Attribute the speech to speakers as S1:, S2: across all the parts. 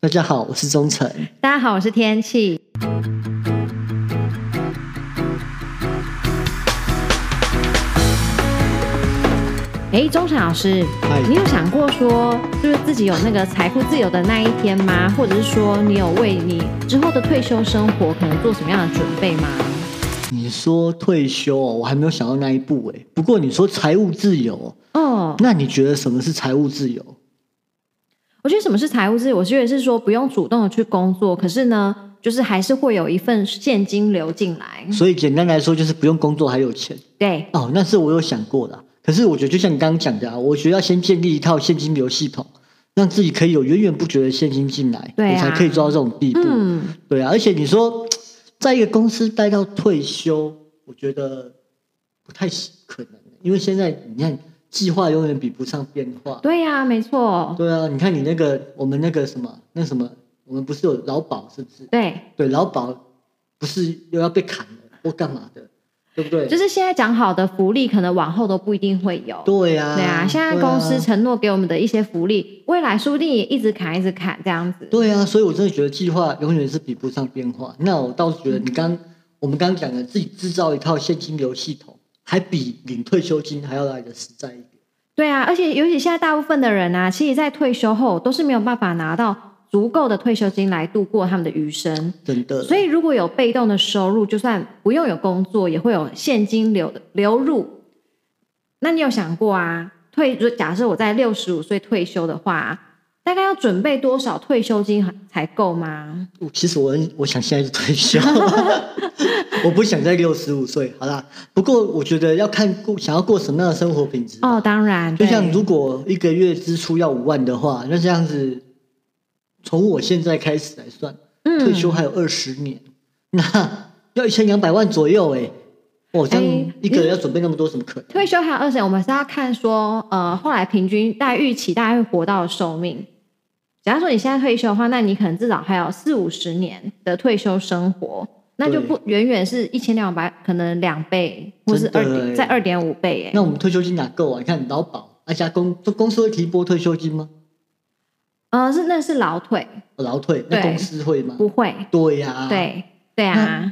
S1: 大家好，我是钟诚。
S2: 大家好，我是天气。哎，钟诚老师
S1: 嗨，
S2: 你有想过说，就是自己有那个财富自由的那一天吗？或者是说，你有为你之后的退休生活可能做什么样的准备吗？
S1: 你说退休哦，我还没有想到那一步哎。不过你说财务自由，
S2: 哦，
S1: 那你觉得什么是财务自由？
S2: 我觉得什么是财务自由？我觉得是说不用主动的去工作，可是呢，就是还是会有一份现金流进来。
S1: 所以简单来说就是不用工作还有钱
S2: 对，
S1: 哦。那是我有想过的啊，可是我觉得就像你刚刚讲的啊，我觉得要先建立一套现金流系统，让自己可以有源源不绝的现金进来，
S2: 对啊
S1: 你才可以做到这种地步。
S2: 嗯，
S1: 对啊，而且你说在一个公司待到退休，我觉得不太可能，因为现在你看计划永远比不上变化。
S2: 对呀、没错，
S1: 对啊，你看你那个我们那个什么那什么，我们不是有劳保是不是？
S2: 对。
S1: 对，劳保不是又要被砍了或干嘛的，对不对？
S2: 就是现在讲好的福利，可能往后都不一定会有。
S1: 对啊，
S2: 对啊，现在
S1: 对啊
S2: 公司承诺给我们的一些福利，未来说不定也一直砍，一直砍这样子。
S1: 对啊，所以我真的觉得计划永远是比不上变化。那我倒是觉得你刚、我们刚刚讲的自己制造一套现金流系统，还比领退休金还要来的实在一点。
S2: 对啊，而且尤其现在大部分的人啊，其实在退休后都是没有办法拿到足够的退休金来度过他们的余生。
S1: 真的，
S2: 所以如果有被动的收入，就算不用有工作，也会有现金流的流入。那你有想过啊？退，如假设我在六十五岁退休的话，大概要准备多少退休金才够吗？
S1: 我其实我很我想现在就退休， 我不想再六十五岁。好啦，不过我觉得要看过想要过什么样的生活品质。
S2: 哦，当然，
S1: 就
S2: 对
S1: 像如果一个月支出要五万的话，那这样子，从我现在开始来算，
S2: 嗯
S1: 退休还有二十年， 那要一千两百万左右哎、欸。哦，这样
S2: 哎
S1: 一个人要准备那么多，怎么可能？
S2: 退休还有二十年，我们是要看说，呃，后来平均大概预期大概会活到的寿命。假如说你现在退休的话，那你可能至少还有四五十年的退休生活，那就不远远是一千两百，可能两倍或是
S1: 真
S2: 二
S1: 的欸
S2: 点，在二点五倍哎。
S1: 那我们退休金哪够啊？你看劳保，而且公公司会提拨退休金吗？
S2: 呃，是那是劳退，
S1: 哦劳退，那
S2: 对
S1: 公司会吗？
S2: 不会，
S1: 对呀、，
S2: 对对啊。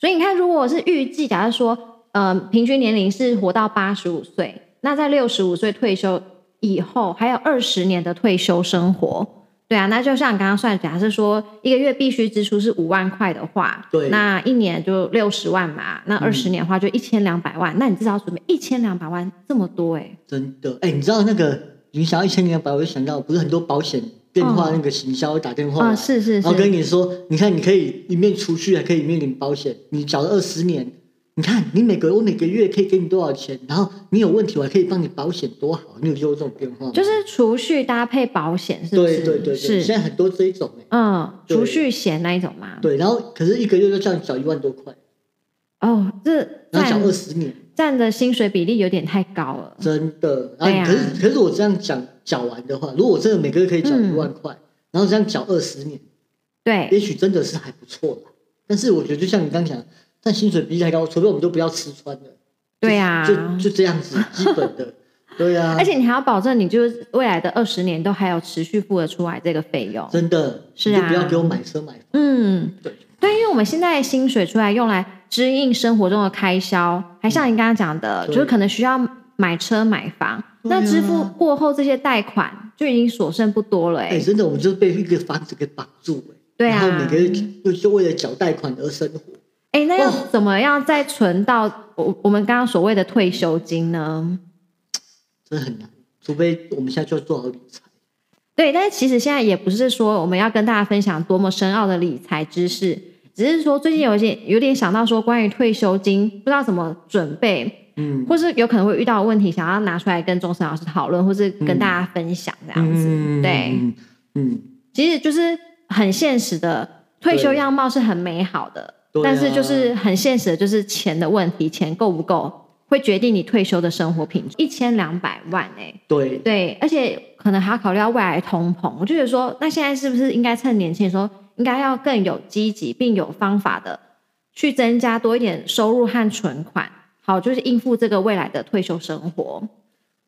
S2: 所以你看，如果我是预计，假如说，呃，平均年龄是活到八十五岁，那在六十五岁退休以后，还有二十年的退休生活，对啊，那就像你刚刚算，假设说一个月必须支出是五万块的话，
S1: 对
S2: 那一年就六十万嘛，那二十年的话就一千两百万，那你至少要准备一千两百万这么多哎、
S1: 真的，哎、你知道那个你想要一千两百，我就想到不是很多保险电
S2: 嗯
S1: 话那个行销会打电话
S2: 啊、
S1: 来，
S2: 是是
S1: 然后跟
S2: 是，
S1: 你说，你看你可以一面储蓄，还可以一面领保险，你缴了二十年，你看你每个我每个月可以给你多少钱，然后你有问题我还可以帮你保险，多好！你有接过这种电话吗？
S2: 就是储蓄搭配保险，是不
S1: 对
S2: 是？
S1: 对对对，现
S2: 是，
S1: 在很多这一种哎、
S2: 嗯，
S1: 对
S2: 储蓄险那一种嘛。
S1: 对，然后可是一个月就叫你缴一万多块，
S2: 哦，这
S1: 然后
S2: 占
S1: 缴二十年，
S2: 占的薪水比例有点太高了。
S1: 真的。然后你、
S2: 对啊
S1: 可是可是我这样讲缴完的话，如果我真的每个月可以缴一万块，然后这样缴二十年。也
S2: 对，
S1: 许真的是还不错啦。但是我觉得，就像你刚讲，但薪水比例还高，除非我们都不要吃穿的。
S2: 对啊
S1: 就就这样子，基本 的，对啊。
S2: 而且你还要保证你就是未来的二十年都还有持续付得出来这个费用。
S1: 真的，
S2: 是
S1: 你就
S2: 啊
S1: 不要给我买车买房。
S2: 嗯，
S1: 对，
S2: 对，因为我们现在薪水出来用来支应生活中的开销，还像你刚刚讲的，
S1: 对
S2: 就是可能需要买车买房，
S1: 对啊
S2: 那支付过后这些贷款就已经所剩不多了、欸。
S1: 哎、真的，我们就被一个房子给绑住、哎。
S2: 对啊
S1: 然后每个月就就为了缴贷款而生活。
S2: 哎、那要
S1: 哦
S2: 怎么样再存到我我们刚刚所谓的退休金呢？
S1: 真的很难。除非我们现在就要做好理财，
S2: 对，但是其实现在也不是说我们要跟大家分享多么深奥的理财知识，只是说最近有一些有点想到说关于退休金不知道怎么准备，
S1: 嗯，
S2: 或是有可能会遇到的问题，想要拿出来跟钟声老师讨论，或是跟大家分享这样子。
S1: 嗯
S2: 对，
S1: 嗯嗯，
S2: 其实就是很现实的，退休
S1: 对
S2: 样貌是很美好的，
S1: 对啊
S2: 但是就是很现实的，就是钱的问题，钱够不够会决定你退休的生活品质。一千两百万哎、
S1: 对，
S2: 对，而且可能还要考虑到未来的通膨。我就觉得说，那现在是不是应该趁年轻的时候，应该要更有积极并有方法的去增加多一点收入和存款，好，就是应付这个未来的退休生活。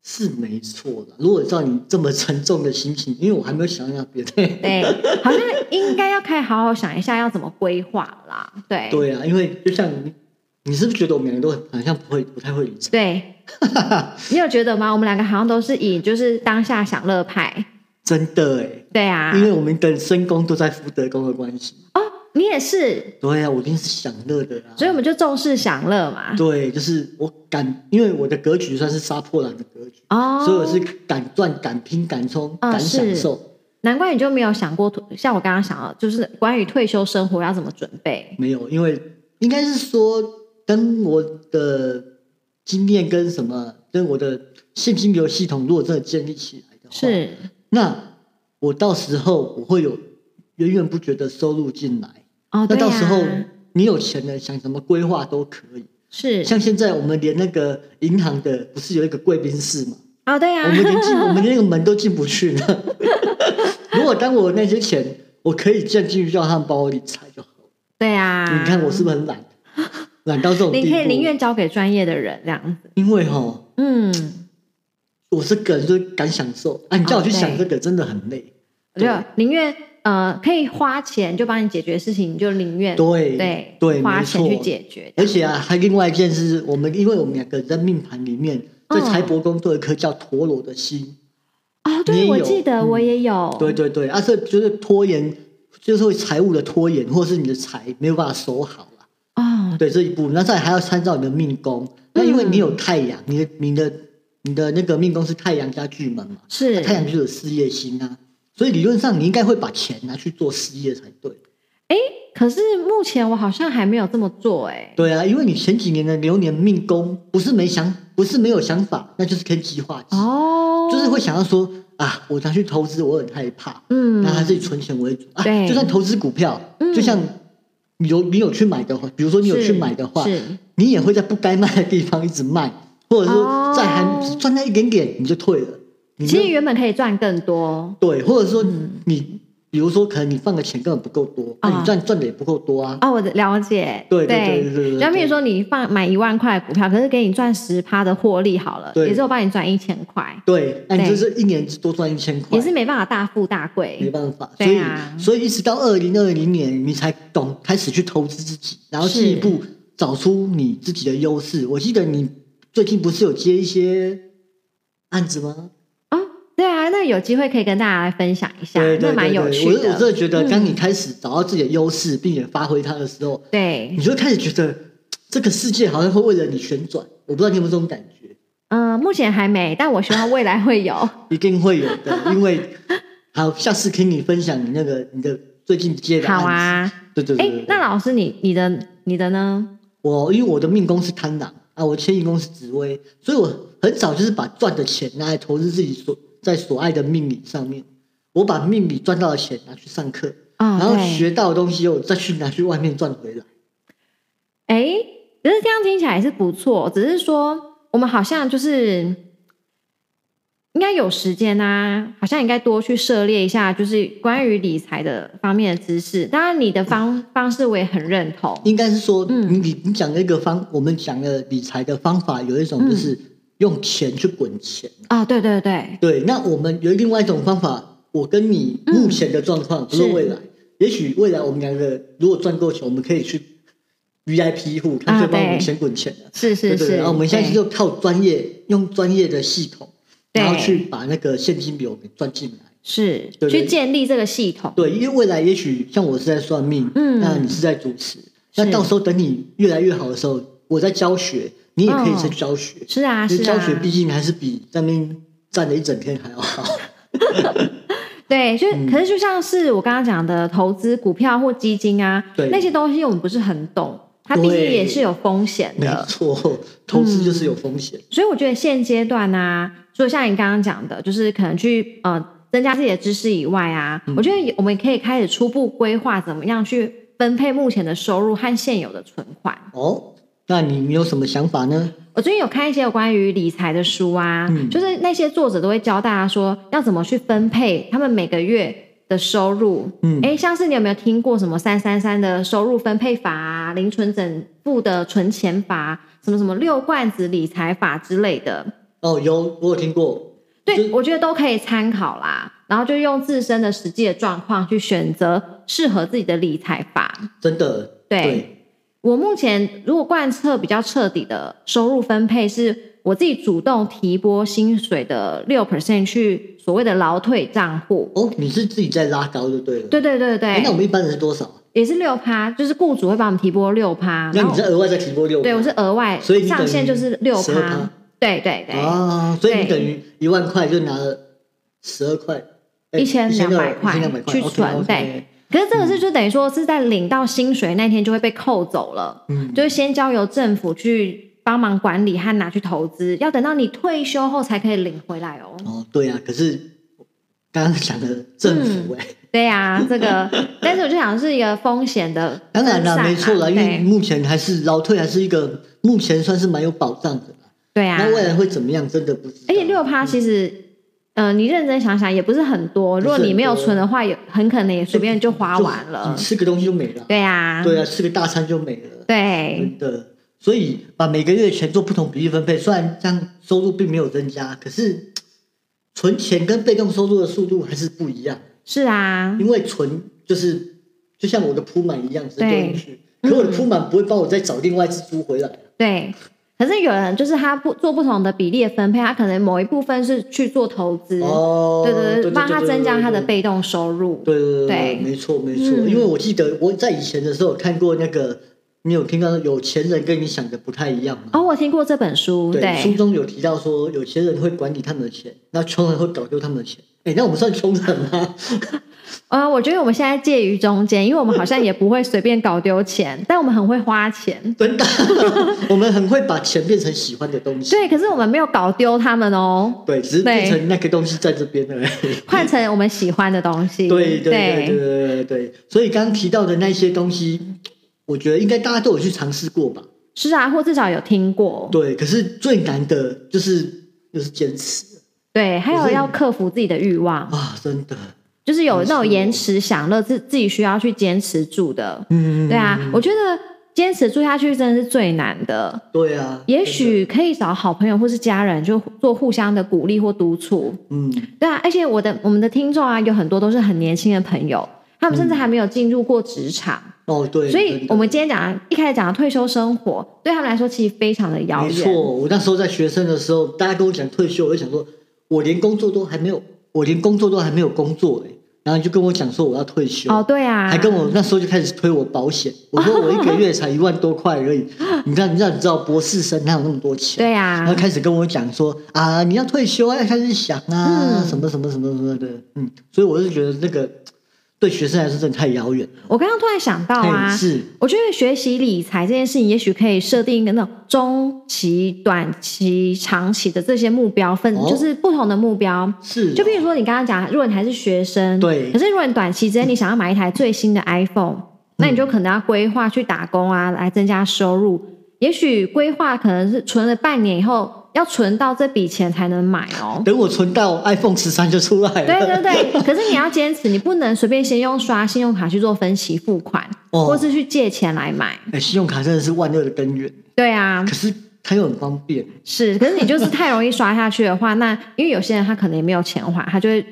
S1: 是没错的。如果照你这么沉重的心情，因为我还没有想想别的。
S2: 对，好像应该要开始好好想一下要怎么规划啦。对
S1: 对啊，因为就像你，你是不是觉得我们两个都很好像不会不太会理财？
S2: 对你有觉得吗？我们两个好像都是以就是当下享乐派。
S1: 真的哎、
S2: 对啊，
S1: 因为我们的身宫都在福德宫的关系。
S2: 哦，你也是，
S1: 对啊，我一定是享乐的啊。
S2: 所以我们就重视享乐嘛。
S1: 对，就是我敢，因为我的格局算是杀破狼的格局，
S2: 哦，
S1: 所以我是敢赚、敢拼、敢冲、
S2: 啊
S1: 敢享
S2: 是
S1: 受。
S2: 难怪你就没有想过退，像我刚刚想到，就是关于退休生活要怎么准备。
S1: 没有，因为应该是说跟我的经验跟什么，跟我的现金流系统，如果真的建立起来的话，
S2: 是
S1: 那我到时候我会有源源不绝的收入进来。那
S2: 哦，对
S1: 到时候
S2: 啊
S1: 你有钱了，想怎么规划都可以。
S2: 是
S1: 像现在我们连那个银行的不是有一个贵宾室吗？
S2: 哦，对呀、
S1: 我们 连进我们连那个门都进不去呢。如果当我那些钱，我可以这样进去叫他们帮我理财就好。
S2: 对呀、
S1: 你看我是不是很懒？懒到这种地步？
S2: 啊你可以宁愿交给专业的人这样子。
S1: 因为哈，
S2: 嗯，
S1: 我是个人就是敢享受啊，你叫我去
S2: 哦对
S1: 想这个真的很累。
S2: 对
S1: 对，
S2: 宁愿呃可以花钱就帮你解决事情，你就宁愿
S1: 对
S2: 哦对
S1: 对
S2: 花
S1: 没
S2: 钱
S1: 错
S2: 去解决。
S1: 而且啊，还另外一件事，我们因为我们两个人在命盘里面对
S2: 嗯
S1: 财帛宫都有一颗叫陀螺的心。
S2: 哦，
S1: 你也
S2: 对，我
S1: 有
S2: 记得
S1: 嗯
S2: 我也有，
S1: 对对对，啊，这就是拖延，就是会财务的拖延，或是你的财没有办法守好啦。
S2: 哦，
S1: 对这一步，那再还要参照你的命宫。那因为你有太阳，你的你的你的那个命宫是太阳加巨门嘛，
S2: 是
S1: 太阳就有事业心啊，所以理论上你应该会把钱拿去做事业才对。
S2: 可是目前我好像还没有这么做哎、
S1: 对啊，因为你前几年的流年命宫不是没想，不是没有想法，那就是天机化忌，
S2: 哦，
S1: 就是会想要说啊，我拿去投资，我很害怕，
S2: 嗯，
S1: 那还是以存钱为主啊。
S2: 对
S1: 就算投资股票，
S2: 嗯
S1: 就像你有你有去买的话，比如说你有
S2: 是
S1: 去买的话，
S2: 是
S1: 你也会在不该卖的地方一直卖，或者说
S2: 哦
S1: 在还赚那一点点你就退了，你
S2: 其实
S1: 就
S2: 原本可以赚更多，
S1: 对，或者说你比如说可能你放的钱根本不够多，那
S2: 啊
S1: 你赚赚的也不够多啊。
S2: 哦，我的了解，
S1: 对对对对
S2: 对
S1: 对对对
S2: 就比如说你放买一万块股票，可是给你赚十趴的获利好了，
S1: 对
S2: 也是我帮你赚一千块，
S1: 对，那你
S2: 对
S1: 就是一年多赚一千块
S2: 也，是没办法大富大
S1: 没
S2: 贵，
S1: 办法，所
S2: 对
S1: 以、
S2: 啊
S1: 所以一直到二零二零年，你才懂开始去投资自己，然后
S2: 是
S1: 进一步找出你自己的优势。我记得你最近不是有接一些案子吗？
S2: 哦，对啊，那有机会可以跟大家来分享一下，
S1: 对对
S2: 那蛮
S1: 对
S2: 有
S1: 对，
S2: 趣
S1: 我我真
S2: 的，
S1: 的觉得，
S2: 嗯
S1: 当你开始找到自己的优势，并且发挥它的时候，
S2: 对，
S1: 你就会开始觉得这个世界好像会为了你旋转。我不知道你有没有这种感觉，
S2: 嗯、目前还没，但我希望未来 会有，
S1: 一定会有的，因为好，下次听你分享你那个你的最近接的案
S2: 好
S1: 子。
S2: 啊，
S1: 对对对
S2: 哎
S1: 对对，
S2: 那老师你你的你的呢？
S1: 我因为我的命宫是贪狼啊，我迁移宫是紫薇，所以我很早就是把赚的钱拿来投资自己所在所爱的命理上面。我把命理赚到的钱拿去上课，
S2: 啊、
S1: 然后
S2: 对
S1: 学到的东西又再去拿去外面赚回来。
S2: 哎，可是这样听起来也是不错，只是说我们好像就是应该有时间啊，好像应该多去涉猎一下，就是关于理财的方面的知识。当然，你的方方式我也很认同。
S1: 应该是说，
S2: 嗯
S1: 你你你讲那个方，我们讲的理财的方法有一种
S2: 嗯
S1: 就是用钱去滚钱。
S2: 啊、对对对，
S1: 对，那我们有另外一种方法，我跟你目前的状况，不是
S2: 嗯是
S1: 未来，也许未来我们两个如果赚够钱，我们可以去 VIP 户，看
S2: 啊
S1: 谁帮我们
S2: 对
S1: 钱滚钱的。
S2: 是
S1: 对
S2: 是
S1: 对
S2: 是。
S1: 对，啊我们现在
S2: 对
S1: 就靠专业，用专业的系统，
S2: 对
S1: 然后去把那个现金流给赚进来。
S2: 是
S1: 对对
S2: 去建立这个系统。
S1: 对，因为未来也许像我是在算命，
S2: 嗯
S1: 那你是在主持，
S2: 是
S1: 那到时候等你越来越好的时候，我在教学，你也可以
S2: 哦
S1: 去教学。
S2: 是啊，
S1: 因为
S2: 是
S1: 教
S2: 啊，
S1: 学毕竟还是比在那边站了一整天还要好。
S2: 对，就、
S1: 嗯
S2: 可是就像是我刚刚讲的，投资股票或基金啊，
S1: 对
S2: 那些东西我们不是很懂，它毕竟
S1: 对
S2: 也是有风险
S1: 没
S2: 的。嗯
S1: 错，投资就是有风险。
S2: 所以我觉得现阶段啊，除了像你刚刚讲的，就是可能去呃增加自己的知识以外啊，
S1: 嗯
S2: 我觉得我们可以开始初步规划怎么样去分配目前的收入和现有的存款。
S1: 哦，那你你有什么想法呢？
S2: 我最近有看一些有关于理财的书啊，
S1: 嗯
S2: 就是那些作者都会教大家说要怎么去分配他们每个月。的收入，
S1: 嗯
S2: 哎，像是你有没有听过什么三三三的收入分配法啊，零存整付的存钱法啊，什么什么六罐子理财法之类的？
S1: 哦，有我有听过，就
S2: 对，
S1: 是
S2: 我觉得都可以参考啦。然后就用自身的实际的状况去选择适合自己的理财法。
S1: 真的，
S2: 对
S1: 对，
S2: 我目前如果贯彻比较彻底的收入分配，是我自己主动提拨薪水的六 percent 去所谓的劳退账户。
S1: 哦，你是自己在拉高就对了。
S2: 对啊对对
S1: 哎，
S2: 对
S1: 那我，们一般人是多少？
S2: 也是六趴，就是雇主会帮我们提拨六趴。
S1: 那
S2: 然
S1: 你
S2: 后
S1: 在额外再提拨六？
S2: 对我是额外
S1: 所以你等
S2: 上
S1: 于
S2: 限就是六
S1: 12%
S2: 趴。对对对，
S1: 啊，所以你
S2: 对
S1: 等于一万块就拿了十二块，哎
S2: 一千两百
S1: 一
S2: 块
S1: 千两百块
S2: 去
S1: OK，
S2: 存
S1: OK，
S2: 对可是这个是就等于说是在领到薪水那天就会被扣走了，
S1: 嗯，
S2: 就是先交由政府去帮忙管理和拿去投资，要等到你退休后才可以领回来哦。
S1: 哦，对啊，可是刚刚讲的政
S2: 嗯
S1: 府哎、
S2: 对呀、这个，但是我就想是一个风险的
S1: 当然啦、
S2: 分散啊
S1: 没错啦，因为
S2: 对
S1: 目前还是劳退还是一个目前算是蛮有保障的啦，
S2: 对呀、
S1: 那未来会怎么样，真的不知道。
S2: 而且六趴其实。呃，你认真想想也不是很多，
S1: 不是
S2: 如果你没有
S1: 很多
S2: 存的话，也很可能也随便就花完
S1: 就
S2: 了
S1: 你。吃个东西就没了，
S2: 对呀、
S1: 对啊，嗯吃个大餐就没了，
S2: 对
S1: 真的。所以把每个月的钱做不同比例分配，虽然这样收入并没有增加，可是存钱跟被动收入的速度还是不一样。
S2: 是啊，
S1: 因为存就是就像我的铺满一样，只丢进去，
S2: 对
S1: 可我的铺满不会帮我再找另外一只猪回来。
S2: 对，可是有人就是他不做不同的比例的分配，他可能某一部分是去做投资，
S1: 哦，
S2: 嗯对对
S1: 对，
S2: 帮他增加他的
S1: 对。
S2: 被动收入。
S1: 对对对对，
S2: 对
S1: 没错没错，
S2: 嗯
S1: 因为我记得我在以前的时候有看过那个，你有听到有钱人跟你想的不太一样吗？
S2: 哦，我听过这本书，
S1: 对，书
S2: 对，
S1: 中有提到说有钱人会管理他们的钱，那穷人会搞丢他们的钱。哎，那我们算穷人吗？
S2: 呃，我觉得我们现在介于中间，因为我们好像也不会随便搞丢 钱，但我们很会花钱，
S1: 真的，啊 我们很会把钱变成喜欢的东西。
S2: 对，可是我们没有搞丢他们哦，
S1: 对，只是
S2: 对
S1: 变成那个东西在这边而已。
S2: 换成我们喜欢的东西，
S1: 对对对对
S2: 对
S1: 对对对，所以刚刚提到的那些东西，我觉得应该大家都有去尝试过吧？
S2: 是啊，或至少有听过，
S1: 对，可是最难的就是就是坚持
S2: 对，还
S1: 可
S2: 有
S1: 是
S2: 要克服自己的欲望，
S1: 啊，真的，
S2: 就是有那
S1: 没错
S2: 种延迟享乐，自自己需要去坚持住的，
S1: 嗯，
S2: 对啊，我觉得坚持住下去真的是最难的。
S1: 对啊，
S2: 也许可以找好朋友或是家人，就做互相的鼓励或督促。
S1: 真的，嗯，
S2: 对啊，而且我的我们的听众啊，有很多都是很年轻的朋友，他们甚至还没有进入过职场，
S1: 哦对，
S2: 所
S1: 真
S2: 以
S1: 的
S2: 我们今天讲啊一开始讲的退休生活，对他们来说其实非常的遥
S1: 没错，
S2: 远。
S1: 我那时候在学生的时候，大家跟我讲退休，我就想说，我连工作都还没有，我连工作都还没有工作哎、然后你就跟我讲说我要退休，
S2: 哦，对啊，
S1: 还跟我那时候就开始推我保险，我说我一个月才一万多块 而已，你看，你让你知道博士生哪有那么多钱？
S2: 对
S1: 然后
S2: 啊，
S1: 开始跟我讲说啊，你要退休啊，要开始想啊，
S2: 嗯
S1: 什么什么什么什么的，嗯，所以我是觉得那个对学生来说真的太遥远，
S2: 我刚刚突然想到
S1: 太
S2: 啊，
S1: 哎是，
S2: 我觉得学习理财这件事情，也许可以设定一个那种中期、短期、长期的这些目标分，
S1: 哦
S2: 就是不同的目标。
S1: 是，啊
S2: 就比如说你刚刚讲，如果你还是学生，
S1: 对。
S2: 可是如果你短期之内你想要买一台最新的 iPhone，、那你就可能要规划去打工啊，来增加收入。也许规划可能是存了半年以后，要存到这笔钱才能买哦
S1: 等我存到 iPhone 十三就出来了，
S2: 对对对，可是你要坚持，你不能随便先用刷信用卡去做分期付款，
S1: 哦
S2: 或是去借钱来买。
S1: 哎，信用卡真的是万恶的根源，
S2: 对啊
S1: 可，是它又很方便，
S2: 是，可是你就是太容易刷下去的话，那因为有些人他可能也没有钱还，他就会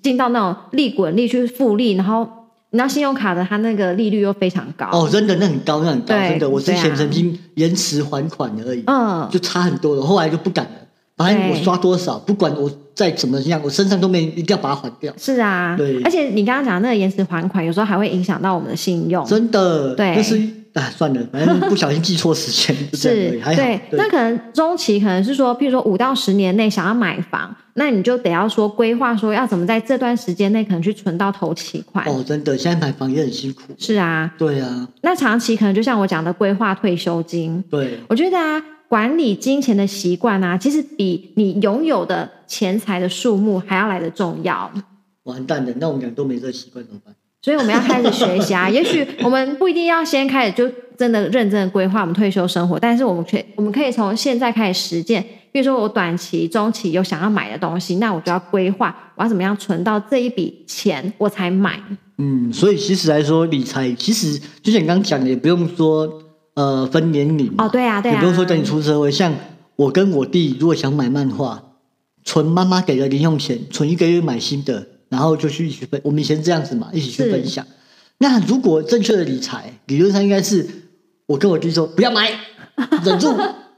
S2: 进到那种利滚利去复利，然后你知道信用卡的它那个利率又非常高，
S1: 哦，真的那很高，那很高，
S2: 对
S1: 真的，我之
S2: 对
S1: 前
S2: 啊
S1: 曾经延迟还款而已，
S2: 嗯，
S1: 就差很多了，后来就不敢了，反正我
S2: 对
S1: 刷多少，不管我再怎么样，我身上都没一定要把它还掉。
S2: 是啊
S1: 对，
S2: 而且你刚刚讲的那个延迟还款，有时候还会影响到我们的信用，
S1: 真的，
S2: 哦对
S1: 就是啊，算了，反正不小心记错时间， 就这样而
S2: 是
S1: 已，还好。
S2: 那可能中期可能是说，譬如说五到十年内想要买房，那你就得要说规划说要怎么在这段时间内可能去存到头期款，
S1: 哦，真的，现在买房也很辛苦。
S2: 是啊，
S1: 对啊，
S2: 那长期可能就像我讲的规划退休金，
S1: 对，
S2: 我觉得啊，管理金钱的习惯啊，其实比你拥有的钱财的数目还要来的重要。
S1: 完蛋了，那我们俩都没这习惯怎么办？
S2: 所以我们要开始学习啊。也许我们不一定要先开始就真的认真的规划我们退休生活，但是我们可以我们可以从现在开始实践。比如说我短期、中期有想要买的东西，那我就要规划我要怎么样存到这一笔钱我才买。
S1: 嗯，所以其实来说，理财其实就像你刚刚讲的，也不用说呃分年龄嘛
S2: 哦，对啊，对
S1: 也
S2: 啊，
S1: 不用说等你出社会，像。我跟我弟如果想买漫画，存妈妈给的零用钱，存一个月买新的，然后就去一起分。我们以前这样子嘛，一起去
S2: 是
S1: 分享。那如果正确的理财，理论上应该是哎我跟我弟说不要买，忍住，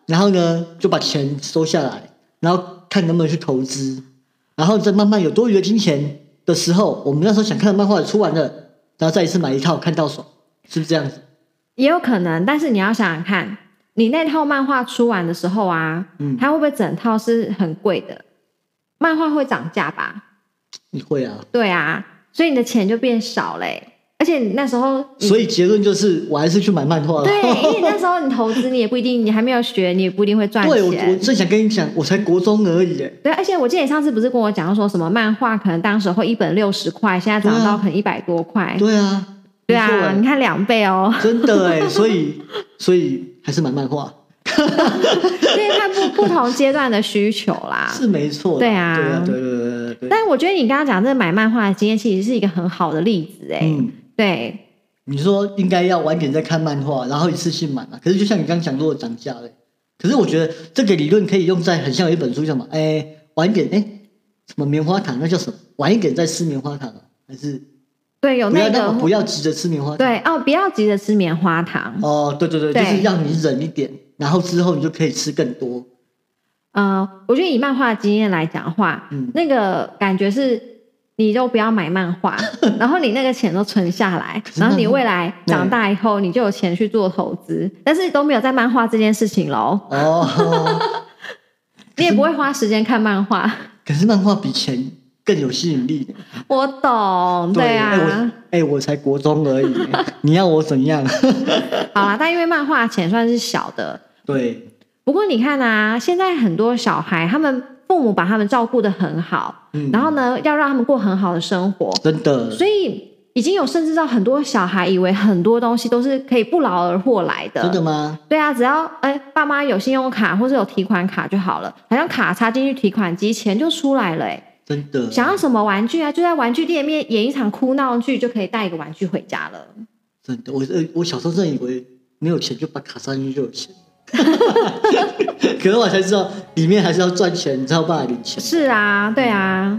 S1: 然后呢就把钱收下来，然后看能不能去投资，然后再慢慢有多余的金钱的时候，我们那时候想看的漫画也出完了，然后再一次买一套看到手，是不是这样子？
S2: 也有可能，但是你要想想看，你那套漫画出完的时候啊，
S1: 嗯
S2: 它会不会整套是很贵的？漫画会涨价吧？
S1: 你会啊？
S2: 对啊，所以你的钱就变少嘞、而且你那时候你
S1: 所以结论就是，我还是去买漫画了。
S2: 嗯对，因为那时候你投资，你也不一定，你还没有学，你也不一定会赚
S1: 对，我我
S2: 钱。
S1: 正想跟你讲，我才国中而已耶，
S2: 对，而且我记得你上次不是跟我讲说什么漫画，可能当时候一本六十块，现在
S1: 对
S2: 涨
S1: 啊
S2: 到可能一百多块。
S1: 对啊，
S2: 对
S1: 没错
S2: 啊，
S1: 耶
S2: 你看两倍哦，
S1: 真的哎， 所以所以还是买漫画
S2: 因为看不不同阶段的需求啦。
S1: 是没错的，
S2: 对啊
S1: 对啊，对对对对对对，
S2: 但我觉得你刚刚讲这买漫画的经验，其实是一个很好的例子哎、
S1: 嗯。
S2: 对，
S1: 你说应该要晚点再看漫画，然后一次性买嘛？可是就像你刚刚讲，如果涨价了，可是我觉得这个理论可以用在很像有一本书叫什么？哎，晚一点哎，什么棉花糖？那叫什么？晚一点再吃棉花糖啊？还是
S2: 对，有
S1: 不要
S2: 那
S1: 那么不
S2: 个
S1: 要急着吃棉花糖？
S2: 对哦，不要急着吃棉花糖。
S1: 哦，对对对，就
S2: 对
S1: 是让你忍一点，然后之后你就可以吃更多。
S2: 呃，我觉得以漫画的经验来讲的话，
S1: 嗯
S2: 那个感觉是你就不要买漫 画，然后你那个钱都存下来，
S1: 是
S2: 然后你
S1: 漫画
S2: 未来长大以后你就有钱去做投资，但是都没有在漫画这件事情喽，
S1: 哦，
S2: 你也不会花时间看漫画。
S1: 可是漫画比钱更有吸引力。
S2: 我懂，
S1: 哎、我
S2: 啊，
S1: 哎、我才国中 而已，你要我怎样？哎
S2: 好啦，但因为漫画钱算是小的，
S1: 对，
S2: 不过你看啊，现在很多小孩他们父母把他们照顾的很好，
S1: 嗯
S2: 然后呢要让他们过很好的生活，
S1: 真的，
S2: 所以已经有甚至到很多小孩以为很多东西都是可以不劳而获来的。
S1: 真的吗？
S2: 对啊，只要哎、爸妈有信用卡或者有提款卡就好了，好像卡插进去提款机，钱就出来了、哎，
S1: 真的，
S2: 想要什么玩具啊，就在玩具店里面演一场哭闹剧，就可以带一个玩具回家了。
S1: 真的，我呃，我小时候真的以为没有钱就把卡上去就有 钱，可是我才知道里面还是要赚钱，你才有办法领钱。
S2: 是啊，对啊，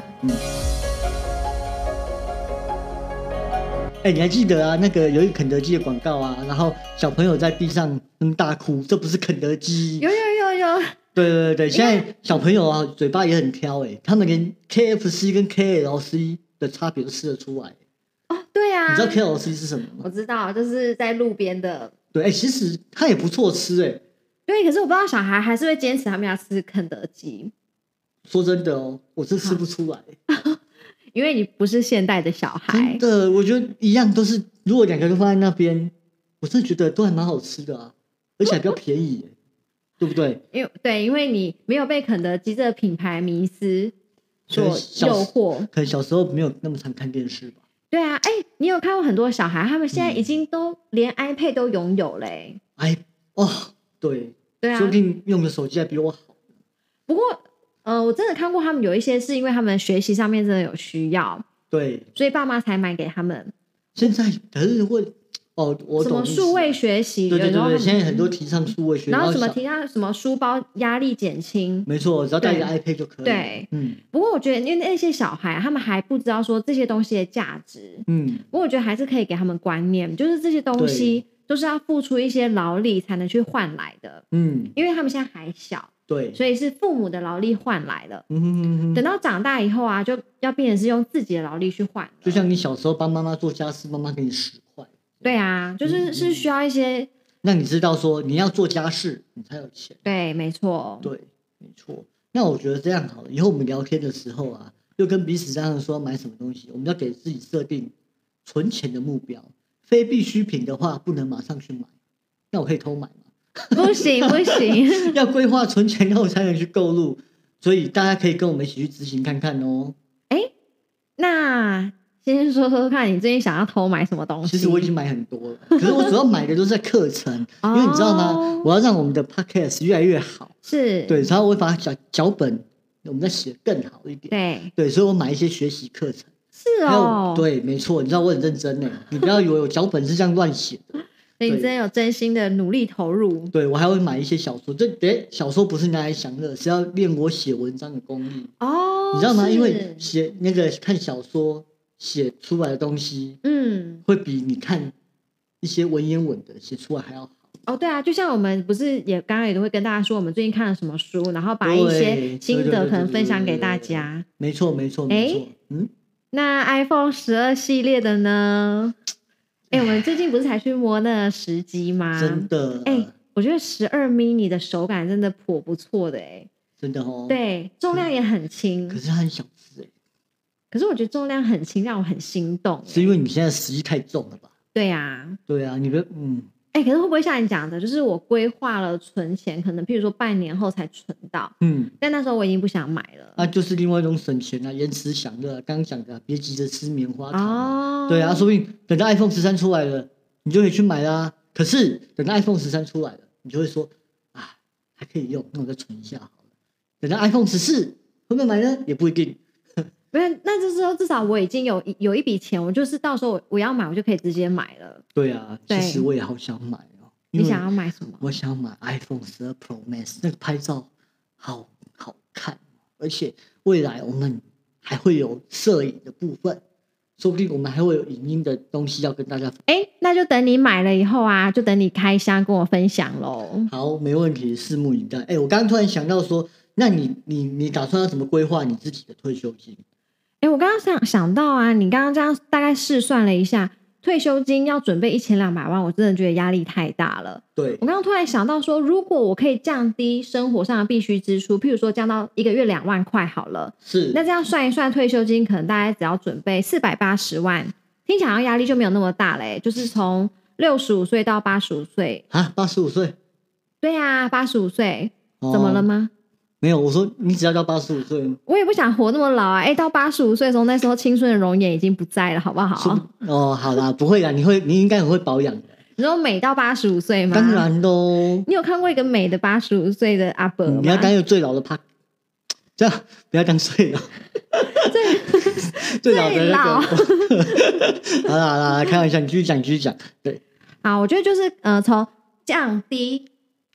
S1: 哎、你还记得啊？那个有一个肯德基的广告啊，然后小朋友在地上嗯大哭，这不是肯德基。
S2: 有有哦有有，
S1: 对对对，现在小朋友啊，嘴巴也很挑哎、他们
S2: 嗯
S1: 连 KFC 跟 KLC 的差别都吃得出来。
S2: 对啊，
S1: 你知道 KLC 是什么吗？
S2: 我知道，就是在路边的。
S1: 对，哎、其实它也不错吃哎、
S2: 对，可是我不知道小孩还是会坚持他们要吃肯德基，
S1: 说真的哦，我真吃不出来。
S2: 因为你不是现代的小孩
S1: 真。的，我觉得一样都是，如果两个都放在那边，我真的觉得都还蛮好吃的啊，而且还比较便宜 耶，对不对？
S2: 因为对，因为你没有被肯德基这个品牌迷思所
S1: 所以小
S2: 诱惑。
S1: 可能小时候没有那么常看电视吧。
S2: 对啊，哎、你有看过很多小孩，他们现在
S1: 嗯
S2: 已经都连 iPad 都拥有嘞、
S1: 哎，哦，对，
S2: 对啊
S1: 说，不定用的手机还比我好。
S2: 不过呃，我真的看过他们有一些是因为他们学习上面真的有需要，
S1: 对，
S2: 所以爸妈才买给他们
S1: 现在可是会，哦，我
S2: 什
S1: 懂
S2: 么
S1: 意思
S2: 数位学习，
S1: 对对对
S2: 有时候
S1: 对，
S2: 他们
S1: 现在很多提倡数位学，
S2: 然后什
S1: 小
S2: 么提到什么书包压力减轻，
S1: 没错，只要带一个
S2: 对
S1: iPad 就可以。
S2: 对，
S1: 嗯
S2: 不过我觉得，因为那些小孩他们还不知道说这些东西的价值，
S1: 嗯，
S2: 不过我觉得还是可以给他们观念，就是这些东西都是要付出一些劳力才能去换来的，
S1: 嗯，
S2: 因为他们现在还小，
S1: 对，
S2: 所以是父母的劳力换来的。
S1: 嗯哼哼哼
S2: 等到长大以后啊，就要变成是用自己的劳力去换了。
S1: 就像你小时候帮妈妈做家事，妈妈给你十块，
S2: 对啊，
S1: 嗯
S2: 就是是需要一些
S1: 让你知道说你要做家事，你才有钱。
S2: 对，没错，
S1: 对，没错。那我觉得这样好了，以后我们聊天的时候啊，就跟彼此商量说买什么东西，我们要给自己设定存钱的目标。非必需品的话，不能马上去买，那我可以偷买嘛？
S2: 不行不 行，
S1: 要规划存钱后才能去购入，所以大家可以跟我们一起去执行看看哦。
S2: 那。先说说看，你最近想要偷买什么东
S1: 其
S2: 西？
S1: 实我已经买很多了，可是我主要买的都是在课 程，因为你知道吗
S2: 哦？
S1: 我要让我们的 podcast 越来越好，
S2: 是
S1: 对，然后我会把脚脚本我们再写得更好一点，
S2: 对
S1: 对，所以我买一些学习课程。
S2: 是
S1: 还有
S2: 哦，
S1: 对，没错，你知道我很认真呢，你不要以为我脚本是这样乱写的，
S2: 所以你
S1: 对
S2: 真的有真心的努力投入。
S1: 对我还会买一些小说，这诶小说不是拿来享乐，是要练我写文章的功力，
S2: 哦，
S1: 你知道吗？
S2: 是
S1: 因为写那个看小说写出来的东西，
S2: 嗯，
S1: 会比你看一些文言文的写出来还要好。
S2: 哦，对啊，就像我们不是也刚刚也都会跟大家说，我们最近看了什么书，然后把一些
S1: 对
S2: 心
S1: 对对
S2: 得
S1: 对
S2: 可能
S1: 对
S2: 分
S1: 对
S2: 享给
S1: 对
S2: 大
S1: 对对
S2: 家。
S1: 没错，没错，没错。嗯，
S2: 那 iPhone 十二系列的呢？哎、我们最近不是才去摸那时机吗？
S1: 真的，
S2: 哎、我觉得十二 mini 的手感真的颇不错的哎、
S1: 真的哦。，
S2: 对，重量也很轻，
S1: 可是它很小只哎，
S2: 可是我觉得重量很轻让我很心动欸、
S1: 是因为你现在十一太重了吧？
S2: 对啊，
S1: 对啊，你的嗯，
S2: 哎、可是会不会像你讲的，就是我规划了存钱，可能譬如说半年后才存到，
S1: 嗯，
S2: 但那时候我已经不想买了。
S1: 那就是另外一种省钱啊，延迟享乐啊。刚刚讲的啊，别急着吃棉花糖啊。
S2: 哦，
S1: 对啊，说不定等到 iPhone 十三出来了，你就可以去买啦。可是等到 iPhone 十三出来了，你就会说啊，还可以用，那我再存一下好了。等到 iPhone 十四会不会买呢？也不一定。
S2: 没有，那这时候至少我已经有一有一笔钱，我就是到时候我我要买，我就可以直接买了。
S1: 对啊，
S2: 对
S1: 其实我也好想买哦。因
S2: 你
S1: 为
S2: 想要买什么？
S1: 我想买 iPhone 十二 Pro Max，那个拍照好好看，而且未来我们还会有摄影的部分，说不定我们还会有影音的东西要跟大家分。
S2: 哎，那就等你买了以后啊，就等你开箱跟我分享喽。
S1: 好，没问题，拭目以待。哎，我刚刚突然想到说，那你你你打算要怎么规划你自己的退休金？
S2: 哎，我刚刚想想到啊，你刚刚这样大概试算了一下，退休金要准备一千两百万，我真的觉得压力太大了。
S1: 对
S2: 我，刚刚突然想到说，如果我可以降低生活上的必须支出，譬如说降到一个月两万块好了，
S1: 是
S2: 那这样算一算，退休金可能大概只要准备四百八十万，听起来好像压力就没有那么大嘞、就是从六十五岁到八十五岁，
S1: 啊，八十五岁
S2: 对啊，八十五岁怎么了？
S1: 哦
S2: 吗？
S1: 没有，我说你只要到八十五岁，
S2: 我也不想活那么老啊！哎、到八十五岁的时候，那时候青春的容颜已经不在了，好不
S1: 说
S2: 好？
S1: 不哦，好啦，不会啦，你会你应该很会保养的，
S2: 你说美到八十五岁吗？
S1: 当，然喽。
S2: 你有看过一个美的八十五岁的阿伯吗？
S1: 嗯你要当一个最老的趴，这样不要当最老，最老的那个。 好啦好啦，开玩笑，你继续讲，你继续讲。对
S2: 啊，我觉得就是呃，从降低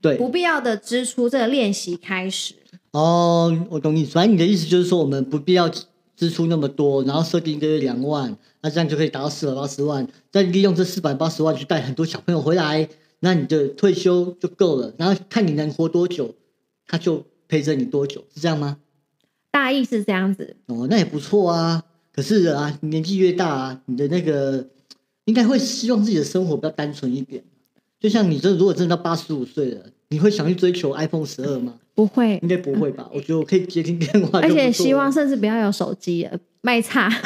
S1: 对
S2: 不必要的支出这个练习开始。
S1: 哦，我懂你。反正你的意思就是说，我们不必要支出那么多，然后设定一个月两万，那这样就可以达到四百八十万，再利用这四百八十万去带很多小朋友回来，那你的退休就够了。然后看你能活多久，他就陪着你多久，是这样吗？
S2: 大意是这样子，
S1: 哦，那也不错啊。可是啊，你年纪越大啊，你的那个应该会希望自己的生活比较单纯一点。就像你真的，如果真的到八十五岁了，你会想去追求 iPhone 十二吗？
S2: 不会
S1: 应，该不会吧？我觉得我可以接听电嗯话就不错了，
S2: 嗯而且希望甚至不要有手机了，卖差。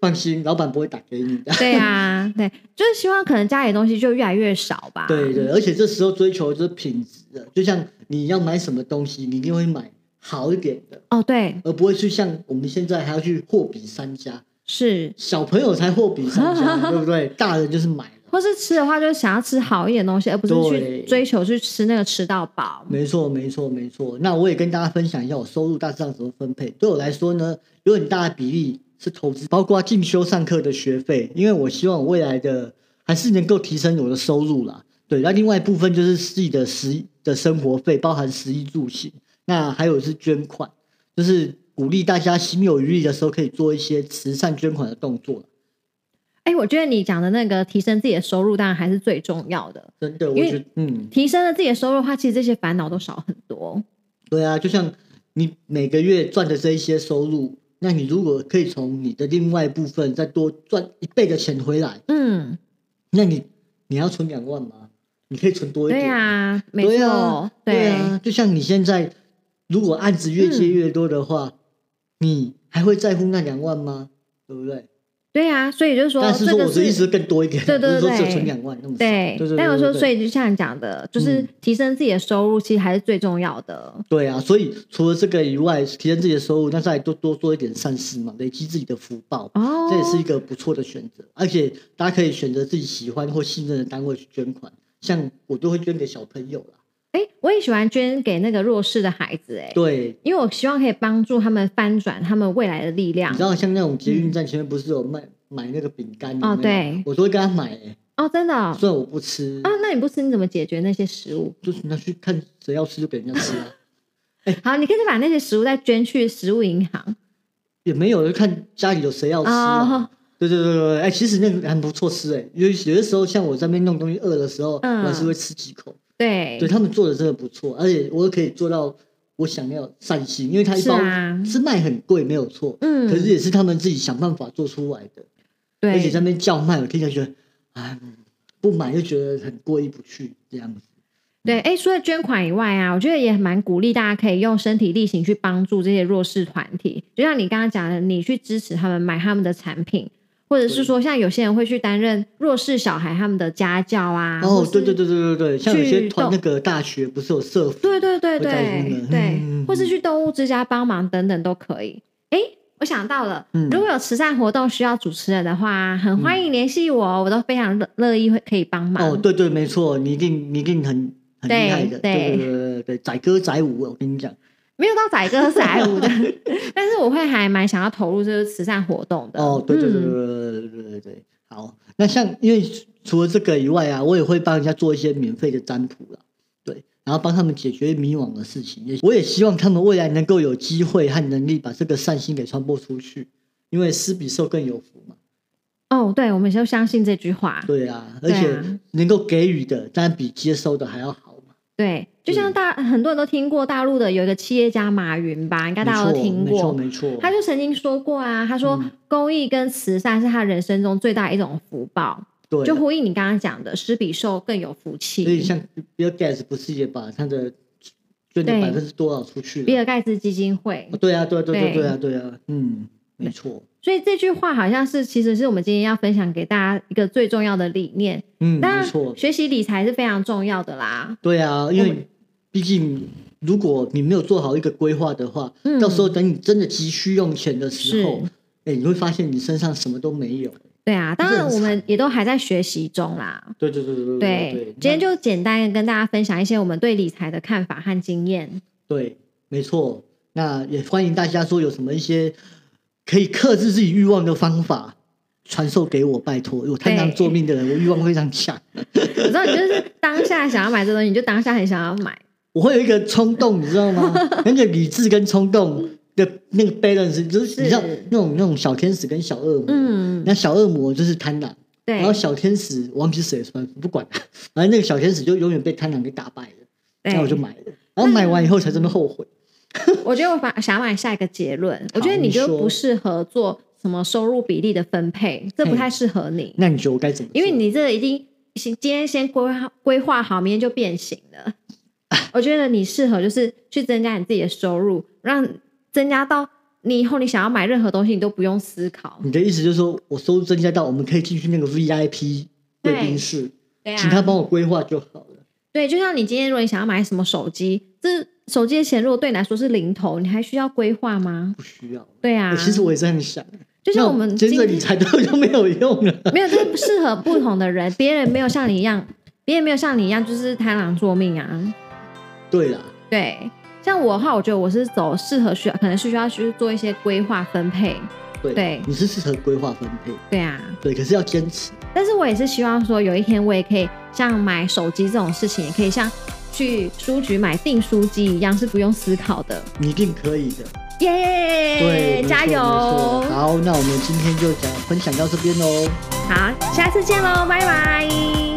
S1: 放心，老板不会打给你的。
S2: 对啊，对，就是希望可能家里的东西就越来越少吧。
S1: 对对，而且这时候追求就是品质的，就像你要买什么东西，你一定会买好一点的，
S2: 哦，对，
S1: 而不会去像我们现在还要去货比三家，
S2: 是，
S1: 小朋友才货比三 家，对不对？大人就是买了。
S2: 或是吃的话，就是想要吃好一点的东西，而不是去
S1: 对
S2: 追求去吃那个吃到饱。
S1: 没错，没错，没错。那我也跟大家分享一下我收入大致上怎么分配。对我来说呢，有很大的比例是投资，包括进修上课的学费，因为我希望我未来的还是能够提升我的收入啦。对，那另外一部分就是自己的食的生活费，包含食衣住行。那还有是捐款，就是鼓励大家心有余力的时候可以做一些慈善捐款的动作。
S2: 哎，我觉得你讲的那个提升自己的收入，当然还是最重要的。
S1: 真的，我
S2: 因为
S1: 觉得嗯。
S2: 提升了自己的收入的话，其实这些烦恼都少很多。
S1: 对啊，就像你每个月赚的这一些收入，那你如果可以从你的另外一部分再多赚一倍的钱回来，
S2: 嗯，
S1: 那你你要存两万吗？你可以存多一
S2: 对
S1: 点。
S2: 啊，没
S1: 对
S2: 错
S1: 啊，，对啊，就像你现在如果案子越接越多的话，你还会在乎那两万吗？对不对？
S2: 对啊，所以就是说，
S1: 但是
S2: 这
S1: 说
S2: 个
S1: 我的意思是更多一点，
S2: 对对
S1: 不是
S2: 对
S1: 说只存两万那么少。
S2: 对
S1: 对对，
S2: 但有
S1: 对
S2: 时候，
S1: 对
S2: 所以就像你讲的，就是
S1: 嗯
S2: 提升自己的收入，其实还是最重要的。
S1: 对啊，所以除了这个以外，提升自己的收入，那再多多做一点善事嘛，累积自己的福报。
S2: 哦，
S1: 这也是一个不错的选择，而且大家可以选择自己喜欢或信任的单位去捐款，像我都会捐给小朋友啦。
S2: 哎，我也喜欢捐给那个弱势的孩子，哎，
S1: 对，
S2: 因为我希望可以帮助他们翻转他们未来的力量
S1: 你知。道像那种捷运站前面不是有卖买那个饼干有
S2: 嗯哦
S1: 没有
S2: 对
S1: 我都会跟他买、欸
S2: 哦，真的哦、
S1: 虽然我不吃，
S2: 啊？那你不吃你怎么解决那些食物？
S1: 就是拿去看谁要吃就给人家吃啊，
S2: 好，你可以把那些食物再捐去食物银行
S1: 也没有就看家里有谁要吃啊。
S2: 哦
S1: 对对对对对，哎、其实那个很不错吃哎、有有的时候像我在那边弄东西饿的时候，
S2: 嗯
S1: 我还是会吃几口。
S2: 对
S1: 对他们做的真的不错，而且我可以做到我想要善心，因为他一
S2: 是
S1: 包
S2: 啊
S1: 是卖很贵没有错，
S2: 嗯
S1: 可是也是他们自己想办法做出来的，而且在那
S2: 对，
S1: 边叫卖，我听着觉得，哎，不买就觉得很过意不去这样子。
S2: 对，哎，除了捐款以外啊，我觉得也蛮鼓励大家可以用身体力行去帮助这些弱势团体。就像你刚刚讲的，你去支持他们买他们的产品，或者是
S1: 对
S2: 说像有些人会去担任弱势小孩他们的家教啊。或
S1: 哦，
S2: 是
S1: 对对对对对对，像有些
S2: 去
S1: 团
S2: 动
S1: 那个大学不是有社服，
S2: 对对对
S1: 会带那
S2: 对
S1: 个
S2: 对，
S1: 嗯
S2: 或是去动物之家帮忙等等都可以。哎，我想到了，
S1: 嗯
S2: 如果有慈善活动需要主持人的话，啊很欢迎联系我，我都非常乐乐意会可以帮忙。
S1: 哦，对对，没错，你一定你一定很很厉害的，
S2: 对
S1: 对对对对对，载歌载舞，我跟你讲，
S2: 没有到载歌载 舞的，但是我会还蛮想要投入这个慈善活动的。
S1: 哦，对对对对
S2: 嗯
S1: 对对对对对，好，那像因为除了这个以外啊，我也会帮人家做一些免费的占卜啦，对，然后帮他们解决迷惘的事情，也我也希望他们未来能够有机会和能力把这个善心给传播出去，因为施比受更有福嘛，
S2: 哦，对，我们就相信这句话。
S1: 对啊，而
S2: 对啊
S1: 且能够给予的当然比接收的还要好嘛，
S2: 对，就像大很多人都听过大陆的有一个企业家马云吧，应该大家都听
S1: 没错
S2: 过。
S1: 没错，没
S2: 他
S1: 错
S2: 就曾经说过啊，他说
S1: 嗯
S2: 公益跟慈善是他人生中最大一种福报，
S1: 对
S2: 就
S1: 啊
S2: 呼应你刚刚讲的，施比受更有福气。
S1: 所以像 Bill Gates 不是也把他的捐的
S2: 对
S1: 百分之多少出去
S2: 比
S1: 了？
S2: 尔盖茨基金会
S1: 哦，对啊，对啊对啊对啊
S2: 对
S1: 对啊对啊，嗯，没错，
S2: 所以这句话好像是其实是我们今天要分享给大家一个最重要的理念。
S1: 嗯，
S2: 当
S1: 没
S2: 然
S1: 错，，
S2: 学习理财是非常重要的啦。
S1: 对啊，因
S2: 我们
S1: 为毕竟如果你没有做好一个规划的话，
S2: 嗯
S1: 到时候等你真的急需用钱的时候
S2: 是，
S1: 哎，你会发现你身上什么都没有。
S2: 对啊，当
S1: 这
S2: 然
S1: 很
S2: 我们
S1: 惨
S2: 也都还在学习中啦。
S1: 对对对对
S2: 对
S1: 对，
S2: 今
S1: 那
S2: 天就简单的跟大家分享一些我们对理财的看法和经验。
S1: 对，没错。那也欢迎大家说有什么一些可以克制自己欲望的方法。传授给我，拜托！我贪
S2: 对
S1: 狼做命的人，我欲望非常强。
S2: 我知道你就是 当下想要买这东西，你就当下很想要买。
S1: 我会有一个冲动，你知道 吗？那个理智跟冲动的那个 balance，就是你知道
S2: 是
S1: 那种那种小天使跟小恶魔，
S2: 嗯，
S1: 那小恶魔就是贪婪，
S2: 对
S1: 然后小天使我忘记是谁穿，不管，反正那个小天使就永远被贪婪给打败了，
S2: 对，
S1: 然后我就买了，然后买完以后才真的后悔。
S2: 我觉得我把想买下一个结论，我觉得
S1: 好
S2: 你
S1: 你
S2: 就
S1: 说
S2: 不适合做什么收入比例的分配，这不
S1: 嘿
S2: 太适合你，
S1: 那你觉得我该怎么做？
S2: 因为你这一定今天先规划规划好，明天就变形 了。我觉得你适合就是去增加你自己的收入，让增加到你以后你想要买任何东西，你都不用思考。
S1: 你的意思就是说我收入增加到我们可以进去那个 VIP
S2: 对
S1: 贵宾室，
S2: 对
S1: 请他
S2: 啊，
S1: 帮我规划就好了。
S2: 对，就像你今天如果你想要买什么手机，这手机的钱如果对你来说是零头，你还需要规划吗？
S1: 不需要。
S2: 对啊
S1: 我，其实我也是很想，
S2: 就像我们
S1: 接
S2: 今
S1: 着
S2: 天
S1: 理财都都 没有用了。
S2: 没有，这不适合不同的人。别人没有像你一样，别人没有像你一样就是贪狼作命啊。
S1: 对啦，
S2: 对，像我的话，我觉得我是走适合需要，可能是需要去做一些规划分配。
S1: 对，
S2: 对
S1: 你是适合规划分配，
S2: 对啊，
S1: 对，可是要坚持。
S2: 但是我也是希望说，有一天我也可以像买手机这种事情，也可以像去书局买订书机一样，是不用思考的。
S1: 你一定可以的，对，
S2: 耶、
S1: 没错
S2: 加油！
S1: 没错好，那我们今天就讲分享到这边喽。
S2: 好，下次见喽，拜拜。